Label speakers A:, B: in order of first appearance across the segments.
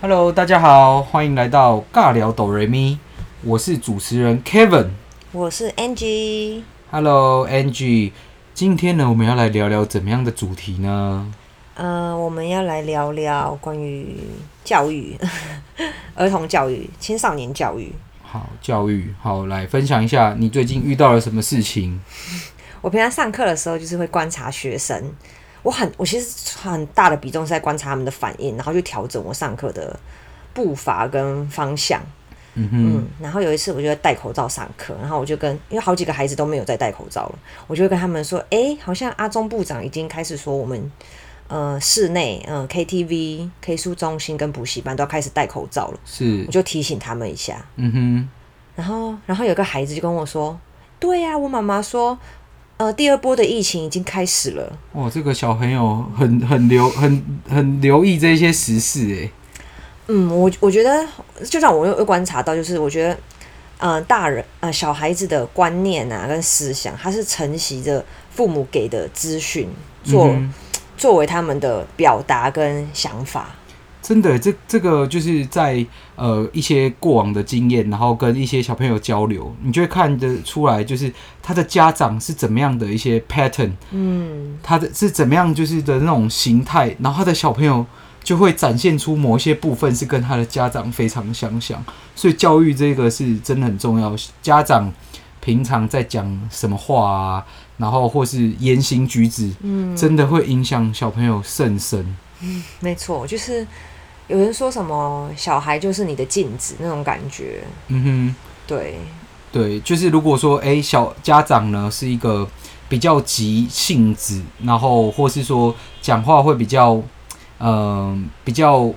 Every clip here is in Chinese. A: Hello，大家好，欢迎来到尬聊哆瑞咪，我是主持人 Kevin。
B: 我是 Angie，
A: Hello，Angie，今天呢，我们要来聊聊怎么样的主题呢？
B: 嗯、呃，我们要来聊聊关于教育、 儿童教育、青少年教育。
A: 好，教育，好，来分享一下你最近遇到了什么事情？
B: 我平常上课的时候就是会观察学生，我很我其实很大的比重是在观察他们的反应，然后去调整我上课的步伐跟方向。
A: 嗯哼，
B: 嗯，然后有一次我就在戴口罩上课，然后我就跟因为好几个孩子都没有在戴口罩了，我就会跟他们说，诶，好像阿中部长已经开始说我们呃室内嗯、呃 KTV、K 书中心跟补习班都要开始戴口罩了，
A: 是
B: 我，就提醒他们一下。
A: 嗯哼，
B: 然后，然后有个孩子就跟我说，对呀、我妈妈说，呃，第二波的疫情已经开始了。
A: 哇，这个小朋友很很留很很留意这些时事欸诶。
B: 嗯，我我觉得，就让我又又观察到，就是我觉得，呃，大人呃小孩子的观念啊跟思想，他是承袭着父母给的资讯，
A: 嗯
B: 作、
A: 哼
B: 作为他们的表达跟想法。
A: 真的，这这个就是在呃一些过往的经验，然后跟一些小朋友交流，你就会看得出来，就是他的家长是怎么样的一些 pattern，
B: 嗯，
A: 他的是怎么样就是的那种形态，然后他的小朋友就会展现出某一些部分是跟他的家长非常相像，所以教育这个是真的很重要。家长平常在讲什么话啊，然后或是言行举止，嗯，真的会影响小朋友甚深。
B: 没错，就是有人说什么小孩就是你的镜子那种感觉，
A: 嗯哼。
B: 对，
A: 对，就是如果说，诶小家长呢是一个比较急性子，然后或是说讲话会比较，嗯、比较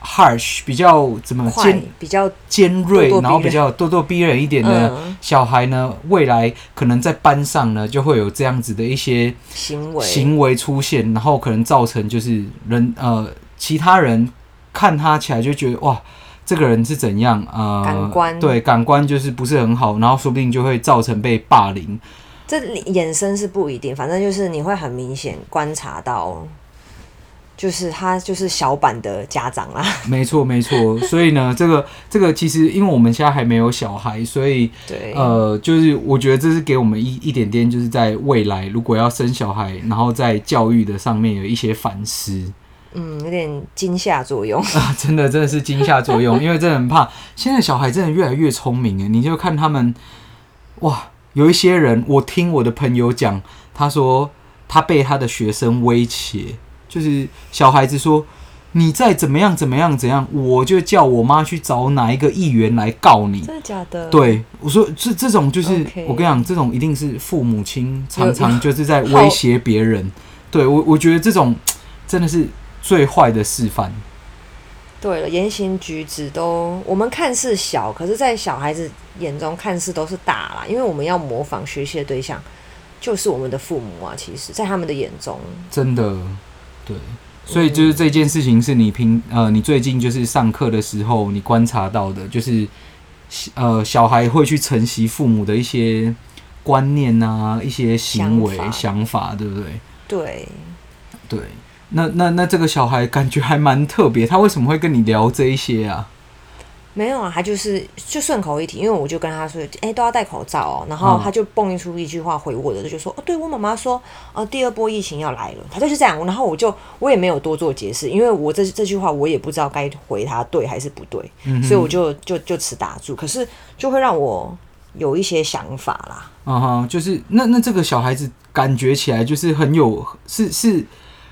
A: harsh，比较怎么
B: 快
A: 尖
B: 比较
A: 尖锐
B: 咄咄逼，人
A: 然后比较咄咄逼人一点的、
B: 嗯
A: 小孩呢，未来可能在班上呢就会有这样子的一些
B: 行为
A: 行为出现，然后可能造成就是人呃其他人看他起来就觉得哇，这个人是怎样呃
B: 感官
A: 对感官就是不是很好，然后说不定就会造成被霸凌。
B: 这里衍生是不一定，反正就是你会很明显观察到，就是他就是小版的家长啦，
A: 没错没错，所以呢，这个 这个其实因为我们现在还没有小孩，所以
B: 对，
A: 呃，就是我觉得这是给我们一一点点，就是在未来如果要生小孩，然后在教育的上面有一些反思。
B: 嗯，有点惊吓作用，
A: 啊，真的真的是惊吓作用，因为真的很怕。现在小孩真的越来越聪明哎，你就看他们，哇，有一些人，我听我的朋友讲，他说他被他的学生威胁，就是小孩子说你再怎么样怎么样怎样，我就叫我妈去找哪一个议员来告你。
B: 真的假的？，
A: 对，我说这这种就是
B: OK
A: 我跟你讲，这种一定是父母亲常常
B: 有
A: 就是在
B: 好
A: 威胁别人。对我，我觉得这种真的是最坏的示范。
B: 对了，言行举止都我们看似小，可是，在小孩子眼中看似都是大啦，因为我们要模仿学习的对象就是我们的父母啊，其实，在他们的眼中，
A: 真的，对，
B: 哦
A: 所以就是这件事情是你平呃，你最近就是上课的时候你观察到的，就是呃，小孩会去承袭父母的一些观念啊，一些行为
B: 想法
A: 想法，对不对？
B: 对，
A: 对，那那那这个小孩感觉还蛮特别，他为什么会跟你聊这一些啊？
B: 没有啊，他就是就顺口一提，因为我就跟他说，哎、都要戴口罩哦。然后
A: 嗯
B: 他就蹦出一句话回我的，就说，哦，对我妈妈说，呃，第二波疫情要来了。他就是这样，然后我就我也没有多做解释，因为我这这句话我也不知道该回他对还是不对，
A: 嗯哼
B: 所以我就就就此打住。可是就会让我有一些想法啦。
A: 嗯哼，就是那那这个小孩子感觉起来就是很有是是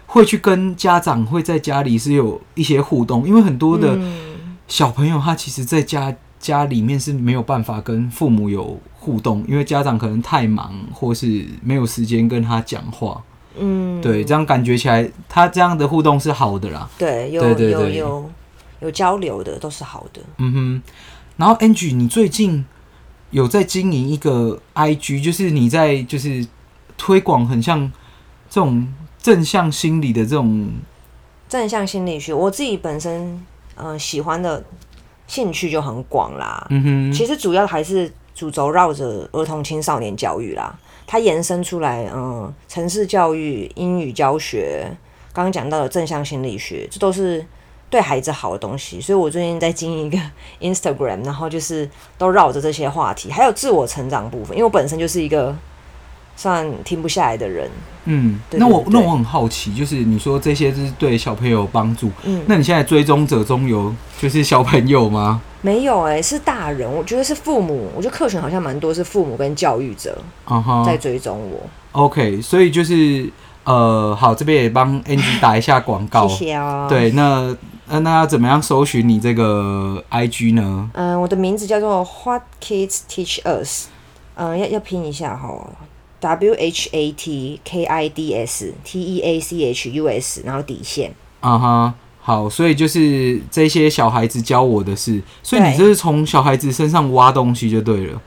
A: 会去跟家长会在家里是有一些互动，因为很多的小朋友他其实在家家里面是没有办法跟父母有互动，因为家长可能太忙或是没有时间跟他讲话。
B: 嗯，
A: 对，这样感觉起来他这样的互动是好的啦。
B: 对，有
A: 对对
B: 有
A: 对
B: 有有交流的都是好的。
A: 嗯哼，然后 Angie，你最近有在经营一个 IG，就是你在就是推广很像这种正向心理的这种，
B: 正向心理学，我自己本身呃喜欢的兴趣就很广啦。
A: 嗯哼，
B: 其实主要还是主轴绕着儿童青少年教育啦，它延伸出来，嗯，城市教育、英语教学，刚刚讲到的正向心理学，这都是对孩子好的东西，所以我最近在经营一个 Instagram，然后就是都绕着这些话题，还有自我成长部分，因为我本身就是一个算停不下来的人，
A: 嗯，
B: 对
A: 那
B: 对
A: 我
B: 对
A: 那我很好奇，就是你说这些就是对小朋友有帮助，
B: 嗯
A: 那你现在追踪者中有就是小朋友吗？
B: 没有哎、是大人，我觉得是父母，我觉得客群好像蛮多是父母跟教育者
A: 啊哈、
B: 在追踪我，
A: o k 所以就是呃，好，这边也帮 Angie 打一下广告，
B: 谢谢哦。，
A: 对，那那那要怎么样搜寻你这个 IG 呢？
B: 嗯，我的名字叫做 What Kids Teach Us，嗯，要要拼一下哈，W H A T K I D S T E A C H U S，然后底线。
A: 啊哈，好，所以就是这些小孩子教我的事，所以
B: 对
A: 你就是从小孩子身上挖东西就对了。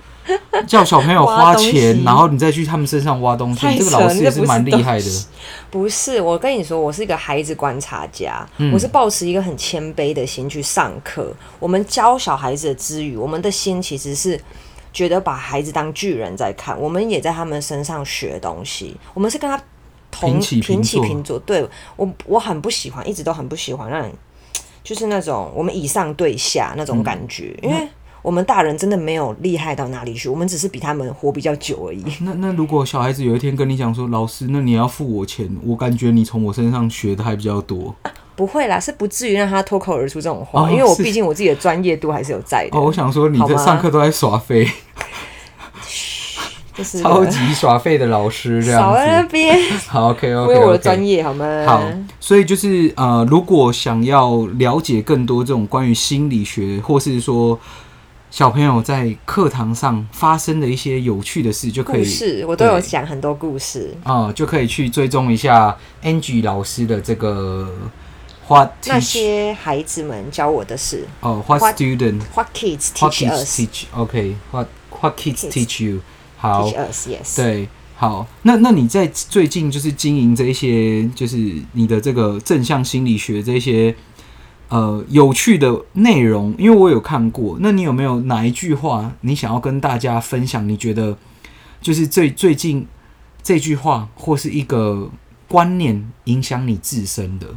A: 叫小朋友花
B: 挖东
A: 钱，
B: 西
A: 然后你再去他们身上挖东西，
B: 太
A: 这个
B: 扯
A: 老
B: 了
A: 师
B: 这
A: 也
B: 不
A: 是
B: 是
A: 蛮厉
B: 东
A: 害的。
B: 西不是，我跟你说，我是一个孩子观察家，
A: 嗯
B: 我是抱持一个很谦卑的心去上课。我们教小孩子的之余，我们的心其实是觉得把孩子当巨人在看，我们也在他们身上学东西，我们是跟他同
A: 平起平
B: 平起
A: 坐
B: 平坐。对我，我很不喜欢，一直都很不喜欢让人就是那种我们以上对下那种感觉，
A: 嗯
B: 因为。我们大人真的没有厉害到哪里去，我们只是比他们活比较久而已。
A: 那那如果小孩子有一天跟你讲说，老师，那你要付我钱，我感觉你从我身上学的还比较多。
B: 不会啦，是不至于让他脱口而出这种话，
A: 哦
B: 因为我
A: 是
B: 毕竟我自己的专业度还是有在的。
A: 哦，我想说你
B: 好
A: 在
B: 吗
A: 上课都在耍 废，
B: 就是
A: 超级耍废的老师这样
B: 少在那
A: 子。
B: 边，
A: 好，OK
B: 我
A: OK
B: 有
A: OK。
B: 我的专业好吗？
A: 好，所以就是呃，如果想要了解更多这种关于心理学，或是说小朋友在课堂上发生的一些有趣的事，就可
B: 故
A: 以
B: 事我都有
A: 对
B: 讲很多故事。
A: 啊、就可以去追踪一下 Angie 老师的这个 What
B: 那
A: Teach
B: 些孩子们教我的事
A: 哦 What
B: What-
A: Student
B: ，What kids
A: What
B: teach
A: Kids
B: us,
A: Teach OK What What Kids
B: Kids
A: Teach You 好
B: teach us, yes。
A: 对。好，那那你在最近就是经营这一些，就是你的这个正向心理学这些呃有趣的内容，因为我有看过。那你有没有哪一句话你想要跟大家分享？你觉得就是最最近这句话或是一个观念影响你自身的？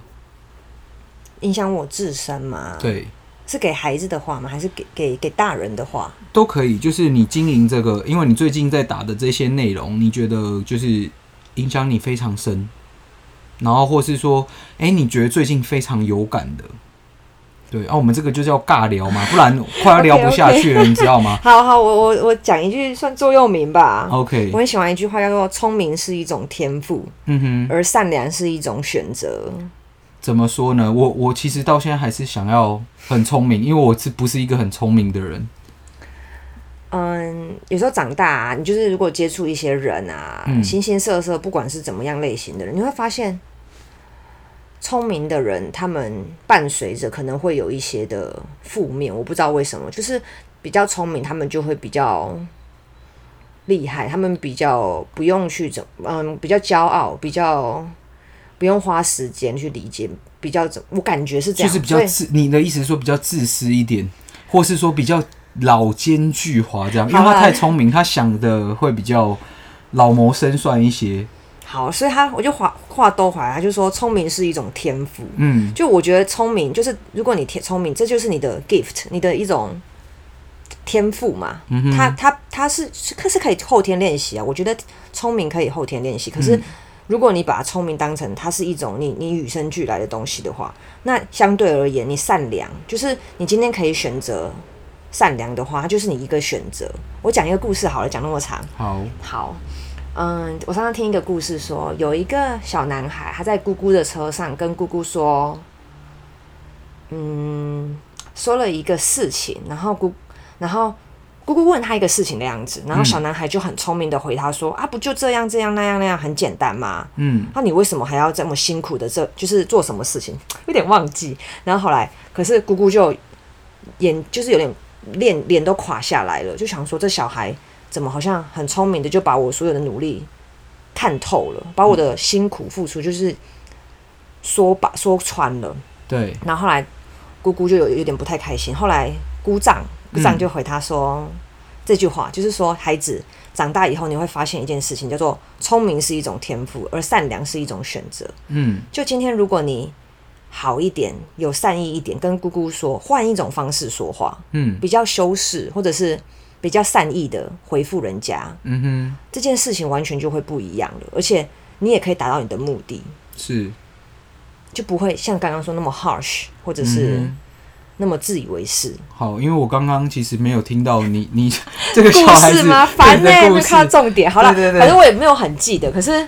B: 影响我自身嘛？，
A: 对，
B: 是给孩子的话吗？还是给给给大人的话？
A: 都可以。就是你经营这个，因为你最近在打的这些内容，你觉得就是影响你非常深，然后或是说，哎、你觉得最近非常有感的，对啊，我们这个就叫尬聊嘛，不然快要聊不下去了你知道 吗
B: 好好，我我我讲一句算座右铭吧。
A: ？OK，
B: 我很喜欢一句话叫做“聪明是一种天赋，
A: 嗯哼，
B: 而善良是一种选择”。
A: 怎么说呢？我我其实到现在还是想要很聪明，因为我是不是一个很聪明的人？
B: 嗯，有时候长大、啊，你就是如果接触一些人啊，
A: 嗯
B: 形形色色，不管是怎么样类型的人，你会发现，聪明的人他们伴随着可能会有一些的负面，我不知道为什么，就是比较聪明，他们就会比较厉害，他们比较不用去怎，嗯，比较骄傲，比较不用花时间去理解，比较怎，我感觉是这
A: 就
B: 样，
A: 是比较
B: 所以
A: 自，你的意思是说比较自私一点，或是说比较老奸巨猾这样，因为
B: 好啊
A: 他
B: 啦
A: 太聪明，他想的会比较老谋深算一些。
B: 好，所以他我就话话都回来，他就说聪明是一种天赋，
A: 嗯，
B: 就我觉得聪明，就是如果你天聪明，这就是你的 gift，你的一种天赋嘛。
A: 嗯哼
B: 他他他是是可是可以后天练习啊。我觉得聪明可以后天练习，可是
A: 嗯
B: 如果你把聪明当成它是一种你你与生俱来的东西的话，那相对而言，你善良就是你今天可以选择善良的话，它就是你一个选择。我讲一个故事好了，讲那么长。
A: 好，
B: 好，嗯，我上次听一个故事说，有一个小男孩，他在姑姑的车上跟姑姑说，嗯，说了一个事情，然后姑，然后姑姑问他一个事情的样子，然后小男孩就很聪明的回他说，啊，不就这样这样那样那样，很简单嘛。
A: 嗯，
B: 那、你为什么还要这么辛苦的这就是做什么事情？有点忘记。然后后来，可是姑姑就眼就是有点脸脸都垮下来了，就想说这小孩怎么好像很聪明的就把我所有的努力看透了，把我的辛苦付出就是说把说穿了。
A: 对，
B: 然后后来姑姑就有有点不太开心，后来姑丈姑丈
A: 嗯
B: 就回他说、哎这句话，就是说孩子长大以后你会发现一件事情，叫做聪明是一种天赋，而善良是一种选择。
A: 嗯
B: 就今天如果你好一点，有善意一点，跟姑姑说，换一种方式说话，
A: 嗯
B: 比较修饰或者是比较善意的回复人家，
A: 嗯哼，
B: 这件事情完全就会不一样了，而且你也可以达到你的目的，
A: 是，
B: 就不会像刚刚说那么 harsh，或者是
A: 嗯
B: 那么自以为是。
A: 好，因为我刚刚其实没有听到你 你这个小
B: 故
A: 孩
B: 事
A: 子
B: 吗？烦呢、 欸
A: 对你的
B: 没有
A: 故
B: 看到
A: 事，
B: 重点。好了，
A: 对对对
B: 反正我也没有很记得。可是，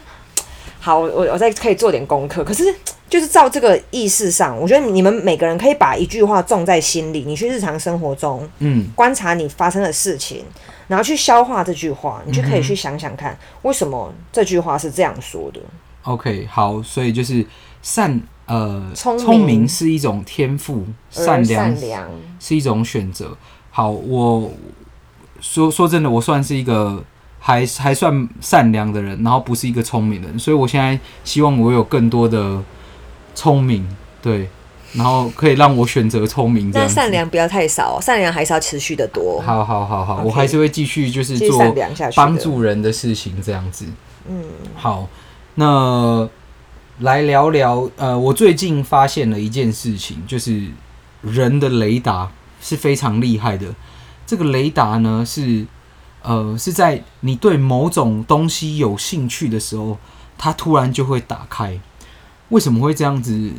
B: 好，我我我再可以做点功课。可是，就是照这个意识上，我觉得你们每个人可以把一句话种在心里，你去日常生活中
A: 嗯
B: 观察你发生的事情，然后去消化这句话，你就可以去想想看，为什么这句话是这样说的。
A: ，OK，好，所以就是善呃
B: 聪明
A: 明是一种天赋，
B: 而
A: 善良
B: 善良，
A: 是一种选择。好，我说说真的，我算是一个还还算善良的人，然后不是一个聪明人，所以我现在希望我有更多的聪明，对，然后可以让我选择聪明这
B: 但
A: 样子。
B: 善良不要太少哦，善良还是要持续的多。
A: 好好好好
B: OK
A: 我还是会继续就是
B: 继续
A: 做
B: 善良下去的
A: 帮助人的事情这样子。嗯，好，那来聊聊呃，我最近发现了一件事情，就是人的雷达是非常厉害的。这个雷达呢是呃是在你对某种东西有兴趣的时候，它突然就会打开。为什么会这样子？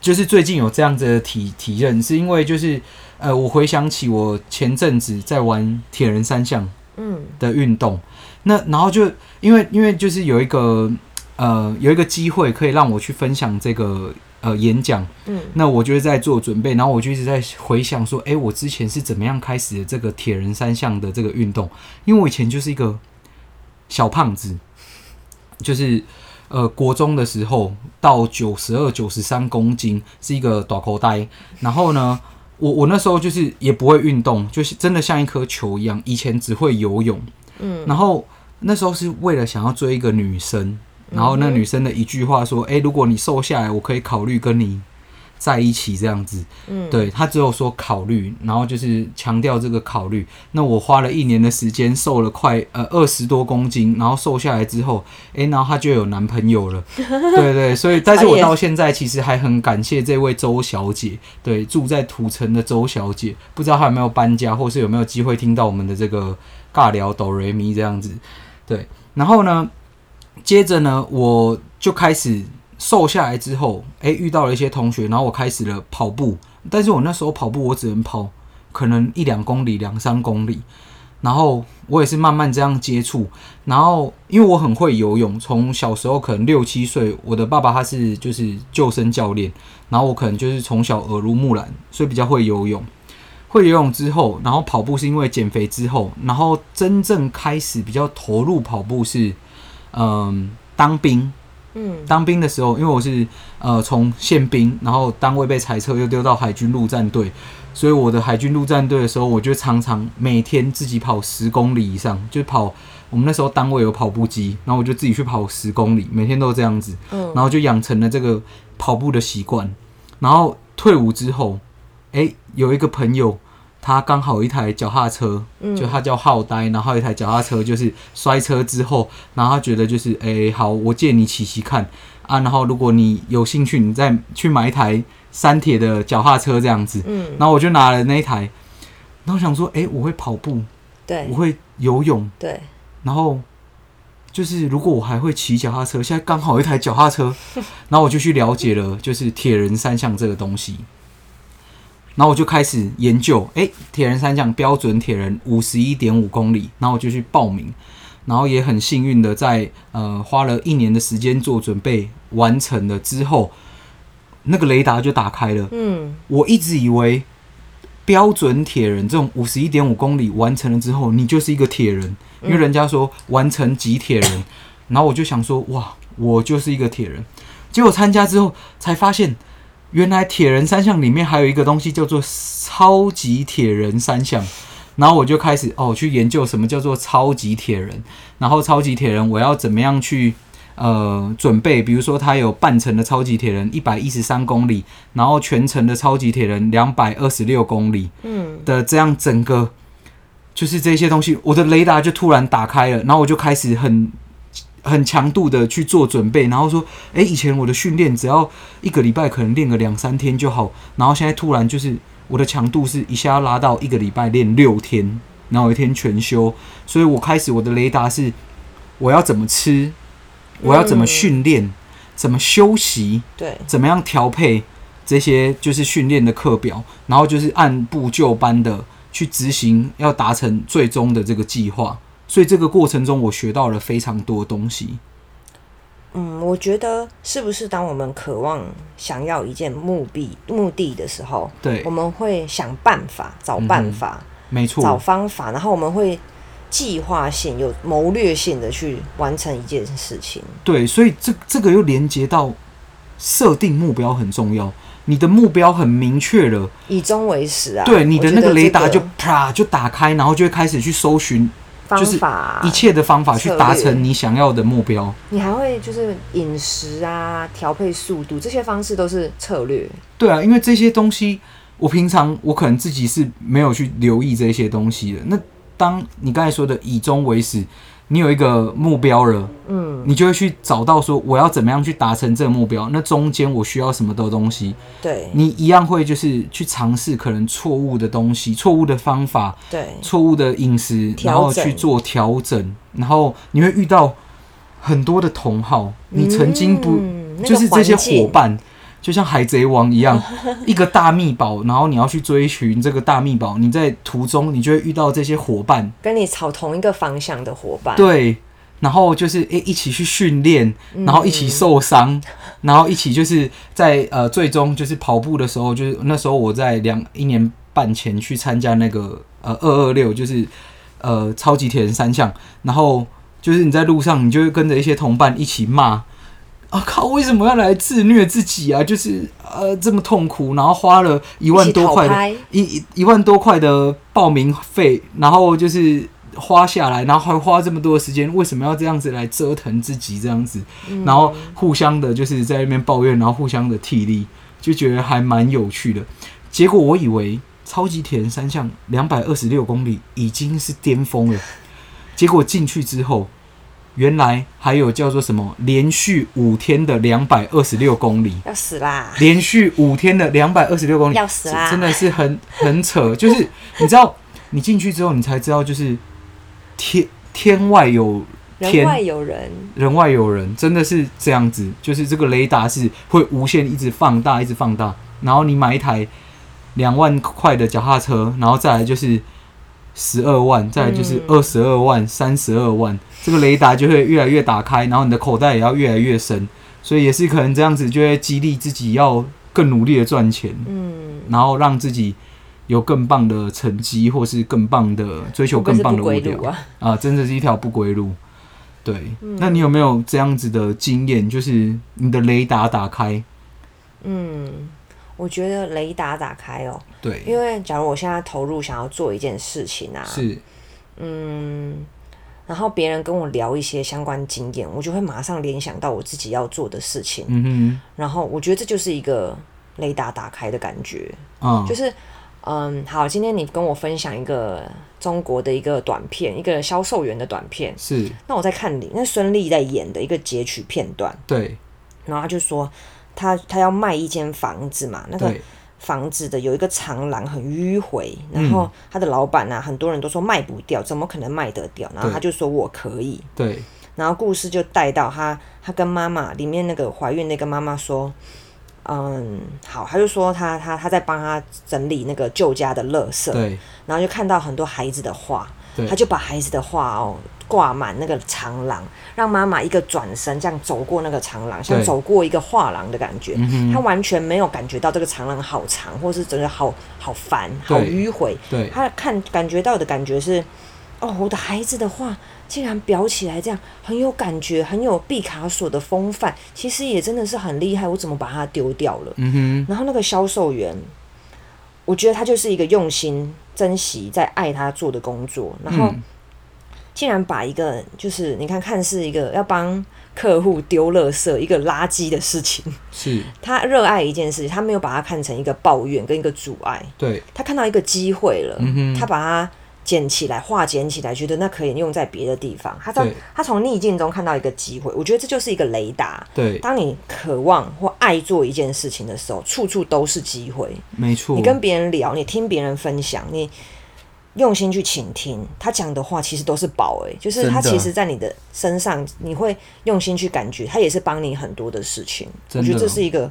A: 就是最近有这样子的体体认，是因为就是呃，我回想起我前阵子在玩铁人三项
B: 嗯
A: 的运动，那然后就因为因为就是有一个呃有一个机会可以让我去分享这个呃演讲，
B: 嗯，
A: 那我就是在做准备，然后我就一直在回想说，诶，我之前是怎么样开始的这个铁人三项的这个运动？因为我以前就是一个小胖子，就是呃国中的时候到九十二、九十三公斤，是一个大口袋。然后呢，我我那时候就是也不会运动，就是真的像一颗球一样。以前只会游泳，嗯，然后那时候是为了想要追一个女生。然后那女生的一句话说：“诶，如果你瘦下来，我可以考虑跟你在一起这样子。
B: 嗯
A: 对他只有说考虑，然后就是强调这个考虑。那我花了一年的时间，瘦了快呃二十多公斤，然后瘦下来之后，诶，然后她就有男朋友了。对对，所以但是我到现在其实还很感谢这位周小姐，对，住在土城的周小姐，不知道她有没有搬家，或是有没有机会听到我们的这个尬聊哆瑞咪这样子。对，然后呢，接着呢，我就开始瘦下来之后，诶，遇到了一些同学，然后我开始了跑步，但是我那时候跑步我只能跑可能一两公里、两三公里，然后我也是慢慢这样接触，然后因为我很会游泳，从小时候可能六七岁，我的爸爸他是就是救生教练，然后我可能就是从小耳濡目染，所以比较会游泳。会游泳之后，然后跑步是因为减肥之后，然后真正开始比较投入跑步是，嗯，当兵。
B: 嗯
A: 当兵的时候，因为我是呃从宪兵，然后单位被裁撤，又丢到海军陆战队，所以我的海军陆战队的时候，我就常常每天自己跑十公里以上，就跑。我们那时候单位有跑步机，然后我就自己去跑十公里，每天都这样子，
B: 嗯
A: 然后就养成了这个跑步的习惯。然后退伍之后，诶，有一个朋友，他刚好有一台脚踏车，就他叫浩呆，然后有一台脚踏车就是摔车之后，然后他觉得就是诶，好，我借你骑骑看啊，然后如果你有兴趣，你再去买一台山铁的脚踏车这样子。
B: 嗯，
A: 然后我就拿了那一台，然后我想说，诶，我会跑步，
B: 对
A: 我会游泳，
B: 对，
A: 然后就是如果我还会骑脚踏车，现在刚好有一台脚踏车，然后我就去了解了，就是铁人三项这个东西。然后我就开始研究，诶，铁人三项标准铁人五十一点五公里，然后我就去报名，然后也很幸运的在呃花了一年的时间做准备完成了之后，那个雷达就打开了，
B: 嗯
A: 我一直以为标准铁人这种五十一点五公里完成了之后，你就是一个铁人，因为人家说完成级铁人，然后我就想说，哇，我就是一个铁人。结果参加之后才发现，原来铁人三项里面还有一个东西叫做超级铁人三项。然后我就开始哦去研究什么叫做超级铁人，然后超级铁人我要怎么样去呃准备，比如说他有半程的超级铁人一百一十三公里，然后全程的超级铁人两百二十六公里
B: 嗯
A: 的这样整个就是这些东西，我的雷达就突然打开了，然后我就开始很很强度的去做准备，然后说，哎、以前我的训练只要一个礼拜可能练个两三天就好，然后现在突然就是我的强度是一下拉到一个礼拜练六天，然后有一天全休，所以我开始我的雷达是我要怎么吃，我要怎么训练，怎么休息，
B: 对，
A: 怎么样调配这些就是训练的课表，然后就是按部就班的去执行，要达成最终的这个计划。所以这个过程中，我学到了非常多东西。
B: 嗯，我觉得是不是当我们渴望想要一件目的目的的时候，
A: 对嗯
B: 我，们会想办法，找办法，
A: 没
B: 找
A: 错，
B: 方法，然后我们会计划性、有谋略性的去完成一件事情。
A: 对，所以这这个又连接到设定目标很重要。你的目标很明确了，
B: 以终为始啊！
A: 对你的那
B: 个
A: 雷达就啪就打开，然后就会开始去搜寻
B: 方
A: 就是
B: 法，
A: 一切的方法去
B: 啊策略
A: 达成你想要的目标。
B: 你还会就是饮食啊、调配速度这些方式都是策略。
A: 对啊，因为这些东西，我平常我可能自己是没有去留意这些东西的。那当你刚才说的以终为始，你有一个目标了，嗯，你就会去找到说我要怎么样去达成这个目标。那中间我需要什么的东西，
B: 对
A: 你一样会就是去尝试可能错误的东西、错误的方法、
B: 对，
A: 错误的饮食，然
B: 调整
A: 后去做调整，然后你会遇到很多的同好，你曾经不、
B: 嗯那个
A: 就是这些
B: 环境
A: 伙伴，就像海贼王一样， 一个大秘宝，然后你要去追寻这个大秘宝，你在途中你就会遇到这些伙伴，
B: 跟你朝同一个方向的伙伴，
A: 对，然后就是诶、一起去训练，然后一起受伤，然后一起就是在呃最终就是跑步的时候，就是那时候我在两一年半前去参加那个呃二二六，就是呃超级铁人三项，然后就是你在路上，你就会跟着一些同伴一起骂。啊靠！为什么要来自虐自己啊？就是呃这么痛苦，然后花了一万多块
B: 一起
A: 的
B: 讨拍
A: 一一一万多块的报名费，然后就是花下来，然后还花这么多的时间，为什么要这样子来折腾自己这样子？
B: 嗯
A: 然后互相的就是在那边抱怨，然后互相的替力，就觉得还蛮有趣的。结果我以为超级铁人三项两百二十六公里已经是巅峰了，结果进去之后，原来还有叫做什么连续五天的两百二十六公里。
B: 要死啦！
A: 连续五天的两百二十六公里，
B: 啊要死啦
A: 真的是很很扯。就是你知道，你进去之后，你才知道，就是天天外有
B: 人
A: 天，
B: 外有人，
A: 人外有人，真的是这样子。就是这个雷达是会无限一直放大，一直放大。然后你买一台两万块的脚踏车，然后再来就是十二万，再来就是二十二万、三十二万，这个雷达就会越来越打开，然后你的口袋也要越来越深。所以也是可能这样子，就会激励自己要更努力的赚钱，
B: 嗯，
A: 然后让自己有更棒的成绩，或是更棒的追求
B: 会不会
A: 更
B: 是
A: 棒
B: 不
A: 的目
B: 归
A: 标
B: 路。啊？
A: 啊，真的是一条不归路。对，
B: 嗯
A: 那你有没有这样子的经验？就是你的雷达打开，
B: 嗯，我觉得雷达打开哦，
A: 对，
B: 因为假如我现在投入想要做一件事情啊，
A: 是，
B: 嗯，然后别人跟我聊一些相关经验，我就会马上联想到我自己要做的事情，
A: 嗯
B: 然后我觉得这就是一个雷达打开的感觉，
A: 哼，啊
B: 就，是。嗯，好，今天你跟我分享一个中国的一个短片，一个销售员的短片。
A: 是，
B: 那我在看你，那孙俪在演的一个截取片段，
A: 对，
B: 然后他就说他他要卖一间房子嘛，那个
A: 对，
B: 房子的有一个长廊很迂回，然
A: 嗯
B: 后他的老板啊，很多人都说卖不掉，怎么可能卖得掉？然后他就说我可以，
A: 对，
B: 然后故事就带到他他跟妈妈里面那个怀孕那个妈妈说。嗯，好，他就说他他他在帮他整理那个旧家的垃圾，
A: 对，
B: 然后就看到很多孩子的画，
A: 对
B: 他就把孩子的画哦挂满那个长廊，让妈妈一个转身这样走过那个长廊，像
A: 对
B: 走过一个画廊的感觉
A: 嗯。哼
B: 他完全没有感觉到这个长廊好长，或是真的好好烦、
A: 对
B: 好迂回。
A: 对，
B: 他看感觉到的感觉是，哦，我的孩子的画竟然裱起来这样，很有感觉，很有毕卡索的风范。其实也真的是很厉害，我怎么把它丢掉了？
A: 嗯哼，
B: 然后那个销售员，我觉得他就是一个用心、珍惜、在爱他做的工作，然后
A: 嗯
B: 竟然把一个就是你看看似一个要帮客户丢垃圾、一个垃圾的事情，
A: 是，
B: 他热爱一件事情，他没有把它看成一个抱怨跟一个阻碍，
A: 对，
B: 他看到一个机会了，
A: 嗯哼
B: 他把它捡起来、化简起来，觉得那可以用在别的地方。他从
A: 对
B: 他从逆境中看到一个机会，我觉得这就是一个雷达。
A: 对，
B: 当你渴望或爱做一件事情的时候，处处都是机会。
A: 没错
B: 你，跟别人聊，你听别人分享，你用心去倾听，他讲的话其实都是宝诶、就是他
A: 真的
B: 其实在你的身上，你会用心去感觉，他也是帮你很多的事情。
A: 真
B: 我
A: 的哦
B: 觉得这是一个，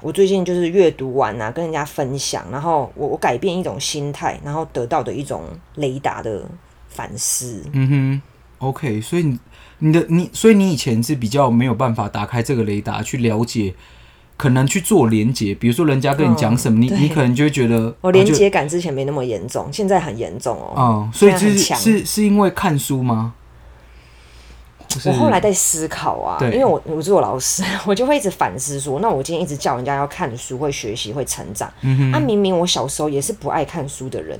B: 我最近就是阅读完啊，跟人家分享，然后我我改变一种心态，然后得到的一种雷达的反思。
A: 嗯哼，OK，所以你你的你，所以你以前是比较没有办法打开这个雷达去了解，可能去做连接，比如说人家跟你讲什么，你
B: 嗯对
A: 你可能就会觉得
B: 我
A: 啊
B: 连
A: 就
B: 接感之前没那么严重，现在很严重哦。
A: 哦，所以
B: 现在
A: 是
B: 很强
A: 是是因为看书吗？或是
B: 我后来在思考啊，
A: 对
B: 因为我我是我老师， 我就会一直反思说，那我今天一直叫人家要看书、会学习、会成长，
A: 嗯
B: 啊，明明我小时候也是不爱看书的人。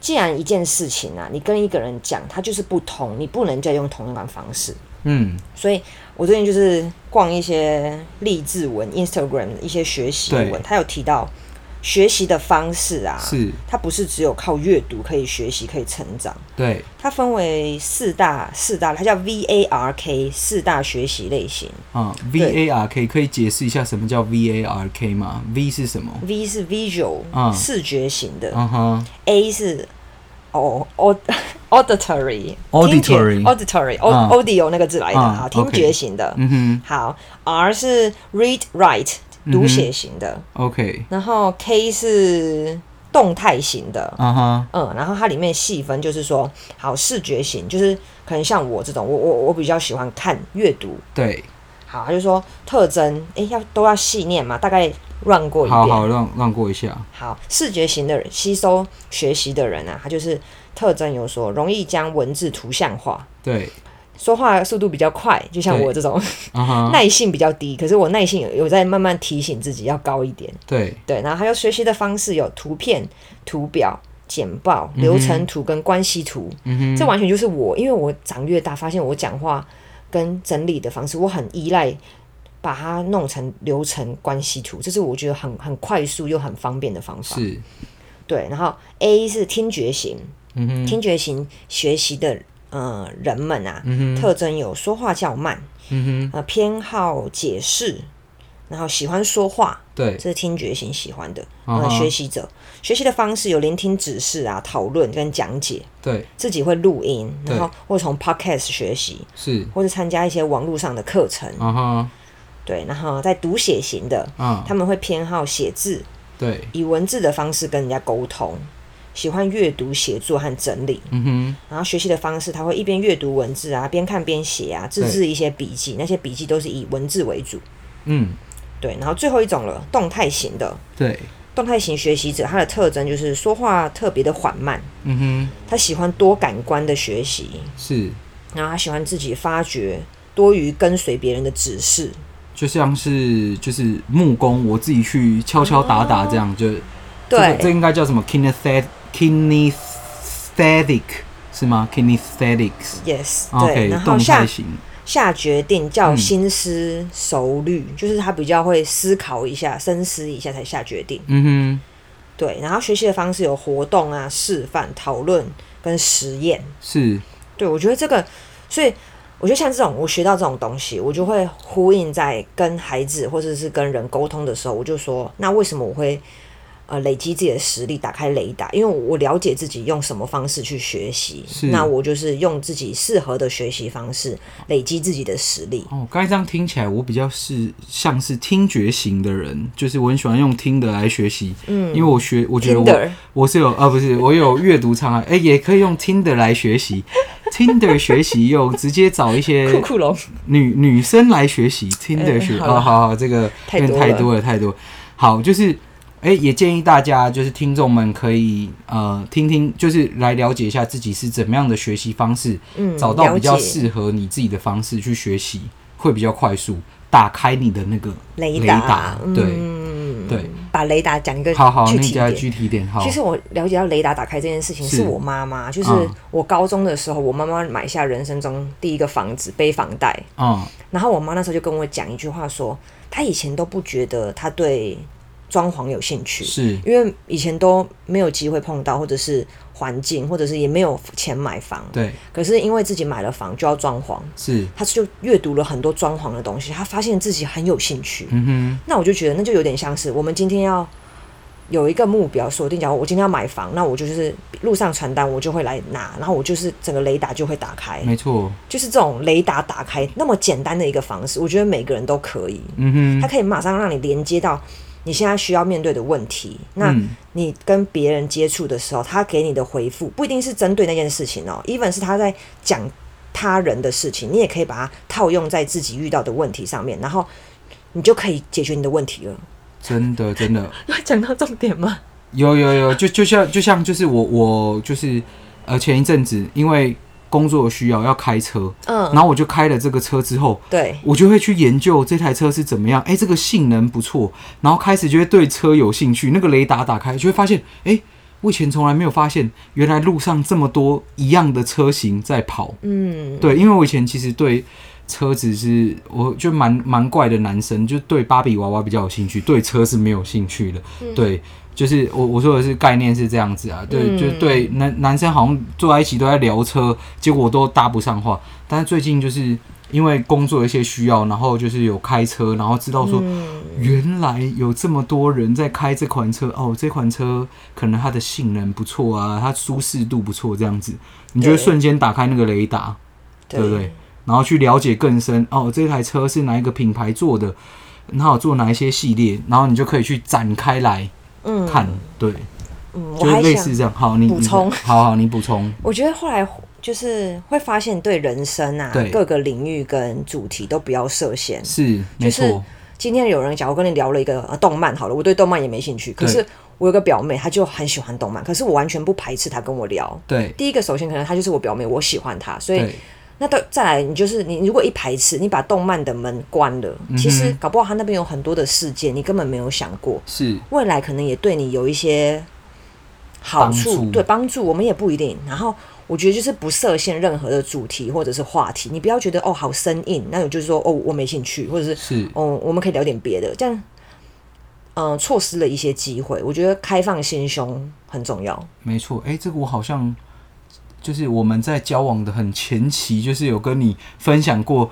B: 既然一件事情啊，你跟一个人讲，他就是不同，你不能再用同样的方式。
A: 嗯，
B: 所以我最近就是逛一些励志文、Instagram 的一些学习
A: 对
B: 文，他有提到学习的方式啊，
A: 是
B: 它不是只有靠阅读可以学习、可以成长，
A: 对，
B: 它分为四大四大，它叫 V A R K 四大学习类型。
A: 啊
B: 对
A: ，VARK 可以解释一下什么叫 VARK 吗？V 是什么？
B: V 是 visual、
A: 嗯
B: 视觉型的、
A: 嗯哼
B: a 是哦 aud auditory
A: Auditory
B: 听觉 auditory
A: 嗯
B: au- audio 那个字来的
A: 嗯
B: 哈，听觉型的。
A: 嗯哼
B: 好，R 是 read write
A: 嗯
B: 读写型的，
A: ，OK，
B: 然后 K 是动态型的。
A: 啊哈，
B: 嗯，然后它里面细分就是说，好视觉型就是可能像我这种，我我我比较喜欢看阅读，
A: 对，
B: 好，他就说特征，哎、要都要细念嘛，大概 run 过一遍。
A: 好好让让过一下，
B: 好视觉型的人，吸收学习的人啊，他就是特征有说容易将文字图像化，
A: 对，
B: 说话速度比较快，就像
A: 对
B: 我这种，
A: 啊哈，
B: 耐性比较低。可是我耐性有有在慢慢提醒自己要高一点。
A: 对，
B: 对，然后还有学习的方式有图片、图表、简报、流程图跟关系图，
A: 嗯
B: 这完全就是我，因为我长越大，发现我讲话跟整理的方式，我很依赖把它弄成流程关系图，这是我觉得很很快速又很方便的方法。
A: 是，
B: 对，然后 A 是听觉型，
A: 嗯哼，
B: 听觉型学习的呃人们啊，特征有说话较慢，
A: 嗯
B: 呃偏好解释，然后喜欢说话，
A: 哼，对，
B: 这是听觉型喜欢的，
A: 啊哈
B: 呃，学习者学习的方式有聆听指示啊、讨论跟讲解，
A: 对，
B: 自己会录音，
A: 对
B: 然后或从 podcast 学习，
A: 是，
B: 或者参加一些网络上的课程，
A: 啊哈，
B: 对，然后在读写型的，
A: 啊
B: 他，们会偏好写字，
A: 对，
B: 以文字的方式跟人家沟通，喜欢阅读、写作和整理，
A: 嗯哼，
B: 然后学习的方式他会一边阅读文字啊，边看边写啊，自制一些笔记，那些笔记都是以文字为主，
A: 嗯，
B: 对，然后最后一种了，动态型的，
A: 对，
B: 动态型学习者，他的特征就是说话特别的缓慢，
A: 嗯
B: 他喜欢多感官的学习，
A: 哼，是，
B: 然后他喜欢自己发掘，多于跟随别人的指示。
A: 就像是就是木工，我自己去敲敲打打这样，就这个这
B: 对，
A: 应该叫什么 kinesthetic kinesthetic 是吗？kinesthetics。
B: yes，对。
A: 啊 OK，
B: 然后
A: 动
B: 下
A: 态型，
B: 下决定叫深思熟虑，就是他比较会思考一下、深思一下才下决定。
A: 嗯
B: 对，然后学习的方式有活动啊、示范、讨论跟实验。
A: 哼，是，
B: 对，我觉得这个，所以我觉得像这种，我学到这种东西，我就会呼应在跟孩子或者是跟人沟通的时候，我就说，那为什么我会呃累积自己的实力，打开雷达？因为我了解自己用什么方式去学习
A: 是，
B: 那我就是用自己适合的学习方式累积自己的实力。
A: 哦，刚才这样听起来，我比较是像是听觉型的人，就是我很喜欢用听的来学习，嗯，因为我学，我觉得我
B: Tinder
A: 我是有啊，不是我有阅读障碍，哎、也可以用听的来学 习，Tinder 学习用直接找一些
B: 酷酷龙，
A: 女女生来学习 Tinder
B: 哎
A: 学，
B: 好
A: 哦，
B: 了
A: 好好，这个
B: 太
A: 有点
B: 多
A: 太
B: 了
A: 多了，太多。好，就是，哎、也建议大家就是听众们可以呃听听，就是来了解一下自己是怎么样的学习方式，
B: 嗯
A: 找到比较
B: 了解
A: 适合你自己的方式去学习，会比较快速，打开你的那个
B: 雷
A: 达
B: 达，，
A: 对、
B: 嗯，
A: 对，
B: 把雷达讲一个
A: 好好，
B: 具
A: 那
B: 体一
A: 家
B: 点。
A: 具体一点，好
B: 其，实我了解到雷达打开这件事情
A: 是
B: 是我妈妈，就是
A: 嗯
B: 我高中的时候，我妈妈买下人生中第一个房子，背房贷。
A: 嗯，
B: 然后我妈那时候就跟我讲一句话说，她以前都不觉得她对装潢有兴趣，
A: 是
B: 因为以前都没有机会碰到，或者是环境，或者是也没有钱买房。
A: 对，
B: 可是因为自己买了房就要装潢，
A: 是，
B: 他就阅读了很多装潢的东西，他发现自己很有兴趣。
A: 嗯
B: 那我就觉得那就有点像是我们今天要有一个目标锁定，假如我今天要买房，那我就是路上传单我就会来拿，然后我就是整个雷达就会打开
A: 哼，，没错，
B: 就是这种雷达打开那么简单的一个方式，我觉得每个人都可以，
A: 嗯
B: 它
A: 哼，
B: 可以马上让你连接到。你现在需要面对的问题，那
A: 嗯
B: 你跟别人接触的时候，他给你的回复不一定是针对那件事情哦，even 是他在讲他人的事情，你也可以把它套用在自己遇到的问题上面，然后你就可以解决你的问题了。
A: 真的真的
B: 要 讲到重点吗？
A: 有有有，就就像就像就是我我就是呃前一阵子因为工作需要要开车，然
B: 嗯，
A: 后我就开了这个车之后。
B: 对，
A: 我就会去研究这台车是怎么样，哎、这个性能不错，然后开始就会对车有兴趣。那个雷达打开，就会发现，哎、我以前从来没有发现，原来路上这么多一样的车型在跑。
B: 嗯，
A: 对，因为我以前其实对车子是，我就蛮蛮怪的男生，就对芭比娃娃比较有兴趣，对车是没有兴趣的。
B: 嗯
A: 对，就是我我说的是概念是这样子啊，对，
B: 嗯
A: 就对男男生好像坐在一起都在聊车，结果都搭不上话。但是最近就是因为工作一些需要，然后就是有开车，然后知道说。
B: 嗯，
A: 原来有这么多人在开这款车哦，这款车可能它的性能不错啊，它舒适度不错，这样子，你就会
B: 对
A: 瞬间打开那个雷达，对不对？然后去了解更深哦，这台车是哪一个品牌做的，然后有做哪一些系列，然后你就可以去展开来
B: 嗯，
A: 看，对，
B: 嗯，我
A: 就是
B: 还
A: 类
B: 想
A: 似，这样。好，你
B: 补充
A: 你好好，你补充，
B: 我觉得后来就是会发现，对人生啊
A: 对，
B: 各个领域跟主题都不要设限。
A: 是没
B: 就是
A: 错，
B: 今天有人讲，我跟你聊了一个、呃、动漫，好了，我对动漫也没兴趣，可
A: 对
B: 是我有个表妹，她就很喜欢动漫，可是我完全不排斥她跟我聊。
A: 对
B: 第一个，首先可能她就是我表妹，我喜欢她，所以
A: 对，
B: 那到再来，你就是你如果一排斥，你把动漫的门关了，
A: 嗯
B: 其实搞不好她那边有很多的世界，你根本没有想过。
A: 是
B: 未来可能也对你有一些好处，
A: 帮助
B: 对帮助我们也不一定。然后我觉得就是不设限任何的主题或者是话题，你不要觉得哦好生硬，那你就是说哦我没兴趣，或者是
A: 是，
B: 哦我们可以聊点别的，这样嗯、呃错失了一些机会。我觉得开放心胸很重要。
A: 没错，哎、这个我好像就是我们在交往的很前期，就是有跟你分享过，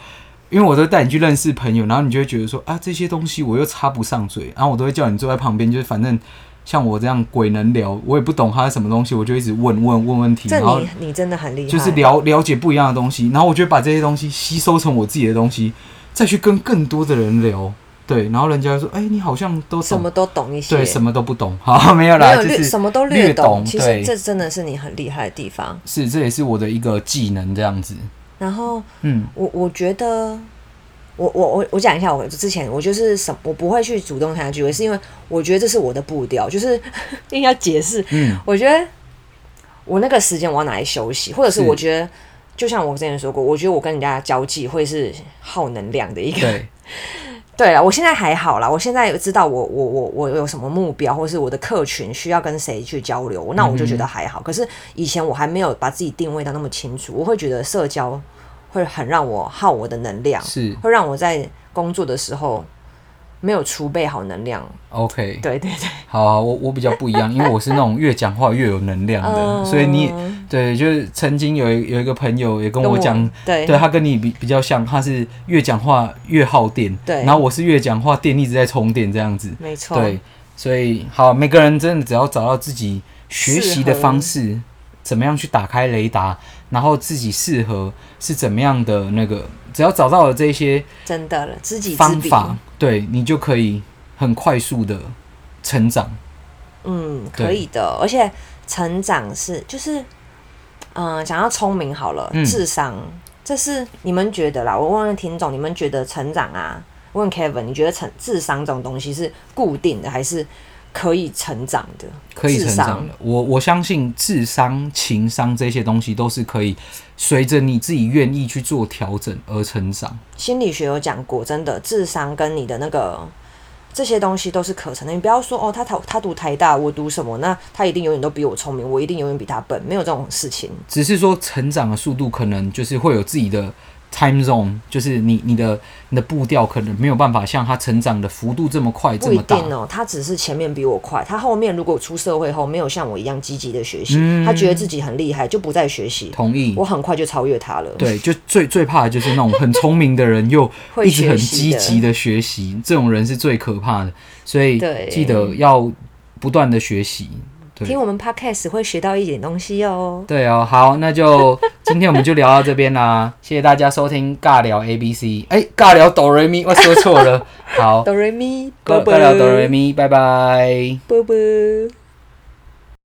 A: 因为我都带你去认识朋友，然后你就会觉得说啊，这些东西我又插不上嘴，然后我都会叫你坐在旁边，就是反正像我这样鬼能聊，我也不懂它是什么东西，我就一直问问问问题，
B: 这
A: 然后
B: 你你真的很厉害，
A: 就是了了解不一样的东西，然后我就把这些东西吸收成我自己的东西，再去跟更多的人聊，对，然后人家就说，哎、你好像都
B: 什
A: 懂
B: 么。都懂一些，
A: 对，什么都不懂，好，没有
B: 没
A: 啦，
B: 有
A: 就
B: 略
A: 是
B: 什么都
A: 略
B: 懂。其
A: 对
B: 实这真的是你很厉害的地方。
A: 是，这也是我的一个技能，这样子。
B: 然后
A: 嗯，
B: 我我觉得，我我我我讲一下，我之前我就是什我不会去主动参加聚会，是因为我觉得这是我的步调，就是 硬要解释。
A: 嗯，
B: 我觉得我那个时间我要拿来休息，或者是
A: 是
B: 我觉得，就像我之前说过，我觉得我跟人家交际会是耗能量的一个。
A: 对，
B: 对了，我现在还好啦，我现在知道我我我我有什么目标，或是我的客群需要跟谁去交流，那我就觉
A: 嗯
B: 得还好。可是以前我还没有把自己定位到那么清楚，我会觉得社交会很让我耗我的能量，
A: 是
B: 会让我在工作的时候没有储备好能量。
A: OK。
B: 对对对，
A: 好啊我我比较不一样，因为我是那种越讲话越有能量的，
B: 嗯
A: 所以你对，就是曾经有一有一个朋友也跟我讲。
B: 对
A: 对他跟你比比较像，他是越讲话越耗电，
B: 对
A: 然后我是越讲话电一直在充电这样子，
B: 没错，
A: 对，所以好，每个人真的只要找到自己学习的
B: 适合
A: 方式，怎么样去打开雷达，然后自己适合是怎么样的那个，只要找到了这些
B: 真的了，知己知
A: 方
B: 彼。
A: 法，对你就可以很快速的成长。
B: 嗯，
A: 对
B: 可以的，而且成长是就是，嗯、讲到聪明好了，
A: 嗯
B: 智商，这是你们觉得啦？我问问听众，你们觉得成长啊？问 Kevin，你觉得成智商这种东西是固定的，还是可以成长的？
A: 可以
B: 智
A: 成长
B: 商
A: 的，我我相信智商、情商这些东西都是可以随着你自己愿意去做调整而成长。
B: 心理学有讲过，真的智商跟你的那个这些东西都是可成的。你不要说哦，他他他读台大，我读什么？那他一定永远都比我聪明，我一定永远比他笨，没有这种事情。
A: 只是说成长的速度可能就是会有自己的 time zone，就是你你的你的步调可能没有办法像他成长的幅度这么快这
B: 不一
A: 么大。
B: 定哦，他只是前面比我快，他后面如果出社会后没有像我一样积极的学习，
A: 嗯
B: 他觉得自己很厉害，就不再学习，
A: 同意
B: 我。很快就超越他了。，
A: 嗯对，就最最怕的就是那种很聪明的人又
B: 会
A: 一直很
B: 学习
A: 积
B: 的
A: 极的学习，这种人是最可怕的。所以
B: 对
A: 记得要不断的学习。对
B: 听我们 podcast 会学到一点东西哦。
A: 对哦，好，那 就今天我们就聊到这边啦，谢谢大家收听尬聊 A B C，哎，尬聊哆瑞咪，我说 错了，好，
B: 哆瑞咪，
A: 尬
B: 啵啵
A: 尬聊哆瑞咪，拜拜。
B: 啵啵。